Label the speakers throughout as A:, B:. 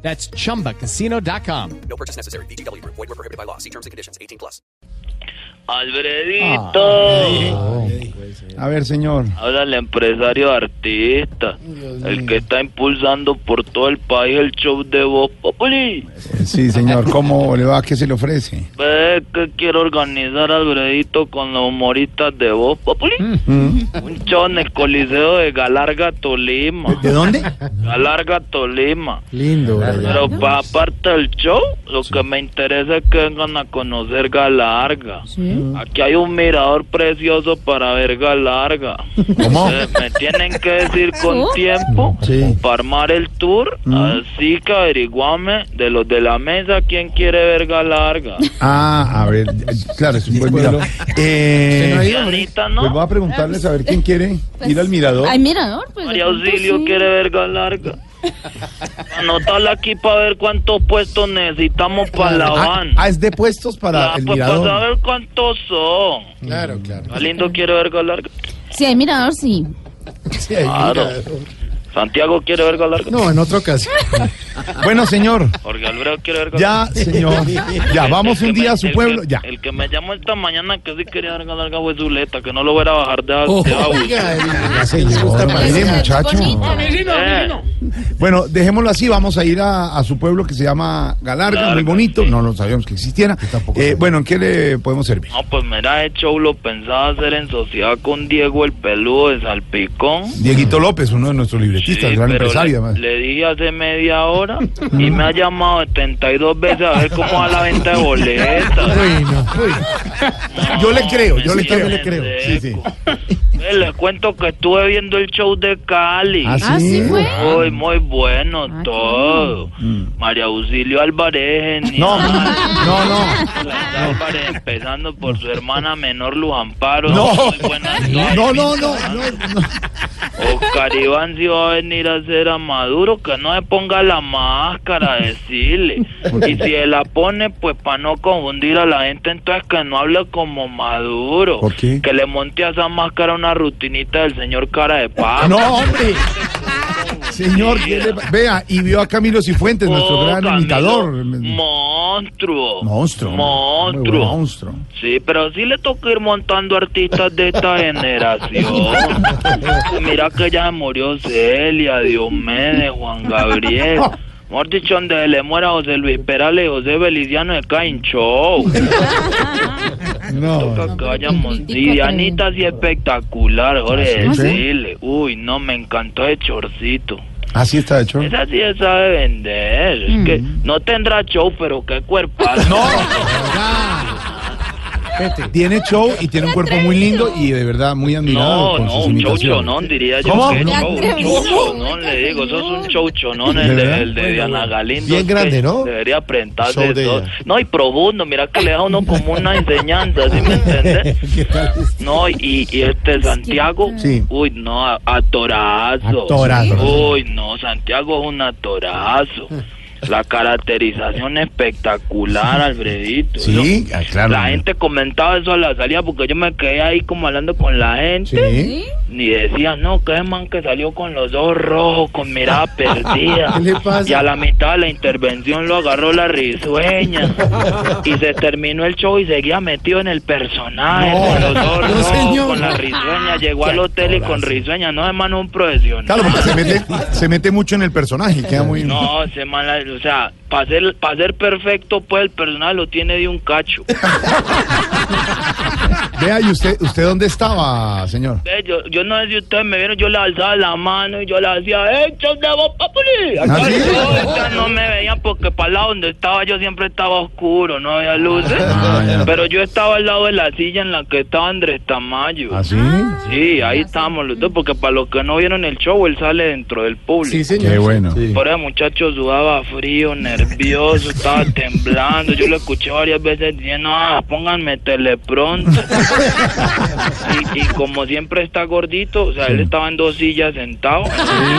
A: That's chumbacasino.com.
B: No purchase necessary. BGW. Void were prohibited by law. See terms and conditions. 18 plus.
C: Alfredito,
D: A ver, señor.
C: habla el empresario artista, el que está impulsando por todo el país el show de Voz Populi.
D: Sí, señor. ¿Cómo le va? ¿Qué se le ofrece?
C: Ve que quiero organizar Alfredito con los humoristas de Voz Populi?
D: Mm.
C: Mm. Un show en el Coliseo de Galarga, Tolima.
D: ¿De dónde?
C: Galarga, Tolima.
D: Lindo.
C: Pero pa- aparte del show, lo que me interesa es que vengan a conocer Galarga. Aquí hay un mirador precioso para ver Galarga.
D: ¿Cómo?
C: Eh, me tienen que decir con tiempo
D: Sí. Mm.
C: para armar el tour. Así que averiguame de los de la mesa quién quiere ver Galarga.
D: Ah, a ver. eh, Claro, es un buen mirador. Eh,
C: Dianita,
D: pues voy
C: ¿no?
D: a preguntarles a ver quién quiere ir al mirador.
E: Ay, mirador, pues. de
C: María
E: pronto
C: Auxilio
E: sí.
C: quiere ver Galarga. Anotala aquí para ver cuántos puestos necesitamos para la
D: Ah,
C: van.
D: ah, es de puestos para
C: Ah,
D: el
C: pues para
D: mirador.
C: saber cuántos son.
D: Claro, claro.
C: Galindo quiere ver Galarga.
E: Sí, hay mirador, sí.
D: Sí, hay
C: Claro.
D: mirador.
C: Santiago quiere ver Galarga.
D: No, en otro caso. Bueno, señor.
C: Jorge Alfredo quiere ver Galarga.
D: Ya, señor. Ya,
C: El-
D: vamos
C: el
D: un
C: que
D: día
C: me-
D: a su
C: el
D: pueblo.
C: que-
D: Ya.
C: El que me llamó esta mañana que sí quería ver Galarga fue Zuleta, que no lo fuera a bajar de, de Agüita.
D: Ya, señor. Mire, muchacho.
E: Bonita.
C: Eh,
D: Bueno, dejémoslo así, vamos a ir a, a su pueblo que se llama Galarga,
C: Galarga,
D: muy bonito,
C: sí.
D: no lo sabíamos que existiera. Eh, bueno, ¿en qué le podemos servir?
C: No, pues mira, el show lo pensaba hacer en sociedad con Diego el peludo de Salpicón.
D: Dieguito López, uno de nuestros
C: Sí,
D: libretistas, gran
C: pero
D: empresario
C: le,
D: además. Mm.
C: le dije hace media hora y me ha llamado 72 veces a ver cómo va la venta de boletas.
D: Yo le creo, yo le
C: sí,
D: creo.
C: me
D: le creo. Sí, sí.
C: Eh, Les cuento que estuve viendo el show de Cali.
E: Ah, sí, fue.
C: Uy, muy bueno
E: Ah,
C: todo. María Auxilio Álvarez. genial.
D: Mm. No, no, no.
C: Laura Álvarez, empezando por su hermana menor Luz Amparo.
D: No.
C: Muy buena actriz.
D: No, no, no, no, no.
C: Oscar Iván si va a venir a hacer a Maduro, que no se ponga la máscara, decirle. Y si se la pone, pues para no confundir a la gente, entonces que no hable como Maduro.
D: ¿Por qué?
C: Que le monte a esa máscara una rutinita del señor cara de papa.
D: No, hombre. Señor, ¿qué le pa- vea, y vio a Camilo Cifuentes, nuestro
C: Oh,
D: gran
C: Camilo,
D: imitador.
C: Monstruo.
D: Monstruo. Muy buen
C: Monstruo.
D: Monstruo.
C: Sí, pero sí le toca ir montando artistas de esta generación. Mira que ya murió Celia, Diomedes, Juan Gabriel. Mejor dicho, donde le muera José Luis Perales y José Feliciano de Cain Show.
D: No.
C: Toca que vayamos.
E: Crítico
C: Y Anita sí espectacular, Jorge,
D: Ah, ¿sí?
C: decirle. Uy, no, me encantó el chorcito.
D: Así está hecho.
C: Esa sí se sabe vender. Es que no tendrá show, pero qué cuerpazo.
D: Mm. No, Tiene show y tiene un cuerpo muy lindo y de verdad muy admirado.
C: No,
D: con
C: no,
D: sus
C: un show
D: imitaciones.
C: chonón, diría yo.
D: ¿Cómo?
C: que
D: Te
C: show,
E: atreves.
C: show chonón, le digo, eso es un show chonón,
D: ¿De
C: el
D: verdad?
C: de, el de Diana Galindo.
D: Bien
C: es que
D: grande, ¿no?
C: Debería
D: Show
C: presentarse
D: de
C: todo.
D: ella.
C: No, y profundo, mira que le da a uno como una enseñanza, ¿sí me entiendes?
D: ¿Qué tal?
C: No, y, y este Santiago,
D: Sí.
C: uy, no, a- atorazo.
D: Atorazo.
C: Uy, no, Santiago es un atorazo. La caracterización espectacular, Alfredito.
D: Sí,
C: Yo-
D: ah, claro.
C: La gente comentaba eso a la salida porque yo me quedé ahí como hablando con la gente.
D: Sí.
C: Ni decía, no, que es man que salió con los ojos rojos, con mirada perdida.
D: ¿Qué le pasa?
C: Y a la mitad de la intervención lo agarró la risueña. y se terminó el show y seguía metido en el personaje,
D: No,
C: con los ojos
D: no,
C: rojos,
D: señor.
C: con la risueña. Llegó al hotel y con risueña. No, hermano, un profesional.
D: Claro, porque se mete, se mete mucho en el personaje, queda muy...
C: No, ese man, la- o sea, para ser, pa' ser perfecto, pues el personal lo tiene de un cacho.
D: Vea, ¿y usted, usted dónde estaba, señor?
C: Ve, Yo, yo no sé si ustedes me vieron, yo le alzaba la mano y yo le hacía, ¡eh, show de Voz Populi! Acá
D: ¿Ah, sí?
C: yo, ustedes no me veían porque para el lado donde estaba yo siempre estaba oscuro, no había luces.
D: Ah, ya.
C: Pero yo estaba al lado de la silla en la que estaba Andrés Tamayo.
D: ¿Así?
C: Sí, ahí estábamos los dos, porque para los que no vieron el show, él sale dentro del público.
D: Qué bueno.
C: Por eso, muchacho, sudaba frío, nervioso, estaba temblando. Yo lo escuché varias veces diciendo, ah, pónganme telepronto. y, y como siempre está gordito, o sea, él estaba en dos sillas sentado,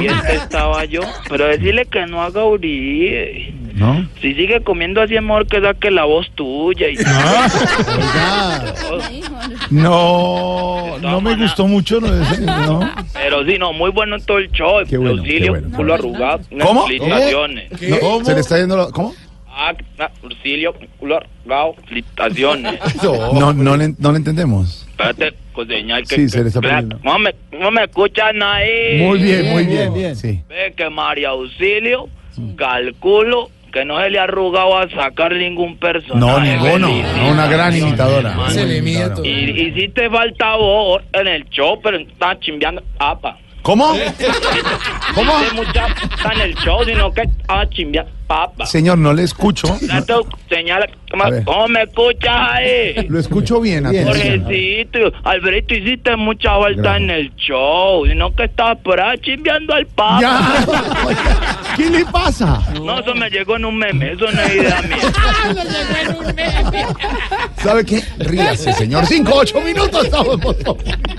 C: y este estaba yo. Pero decirle que no haga Uri.
D: ¿No?
C: Si sigue comiendo así, amor, que saque la voz tuya y
D: ¿Ah? Oiga,
C: todo.
D: no, no me gustó mucho. No, ese, ¿no?
C: Pero sí, no, muy bueno todo el show.
D: Qué bueno,
C: Lucilio,
D: qué bueno.
C: culo arrugado.
D: ¿Cómo? ¿Eh?
C: Felicitaciones.
D: No, Se le está yendo lo- ¿Cómo?
C: Ah, na- Lucilio, culo arrugado, felicitaciones.
D: No, no, le, no le entendemos.
C: Espérate, coseñal que...
D: Sí,
C: que-
D: se le está
C: Espera,
D: perdiendo.
C: No me, no me escuchan ahí.
D: Muy bien,
E: Bien,
D: muy bien.
F: bien, bien.
D: Sí.
C: Ve que María Auxilio, calculo que no se le ha arrugado a sacar ningún personaje.
D: No, ninguno.
C: Felicitaciones,
D: No, una gran imitadora.
C: hermano.
F: Se le mide todo.
C: Y, y sí te falta vos en el show, pero está chimbeando. Apa.
D: ¿Cómo? ¿Cómo?
C: Sí, mucha está en el show, sino que estaba chimbeando. Papa.
D: Señor, no le escucho.
C: Gato, señala,
D: A ver.
C: ¿cómo me escuchas ahí?
D: Lo escucho bien.
F: Bien.
D: atención.
C: Jorgecito, Alberto, hiciste mucha vuelta
D: Gracias.
C: en el show, sino que estaba por ahí chimbeando al papa.
D: Ya. Oiga, ¿Qué le pasa?
C: No, eso me llegó en un meme, eso no es idea mía.
D: ¿Sabe qué? Ríase, señor. Cinco, ocho minutos. Estamos en Voz Populi.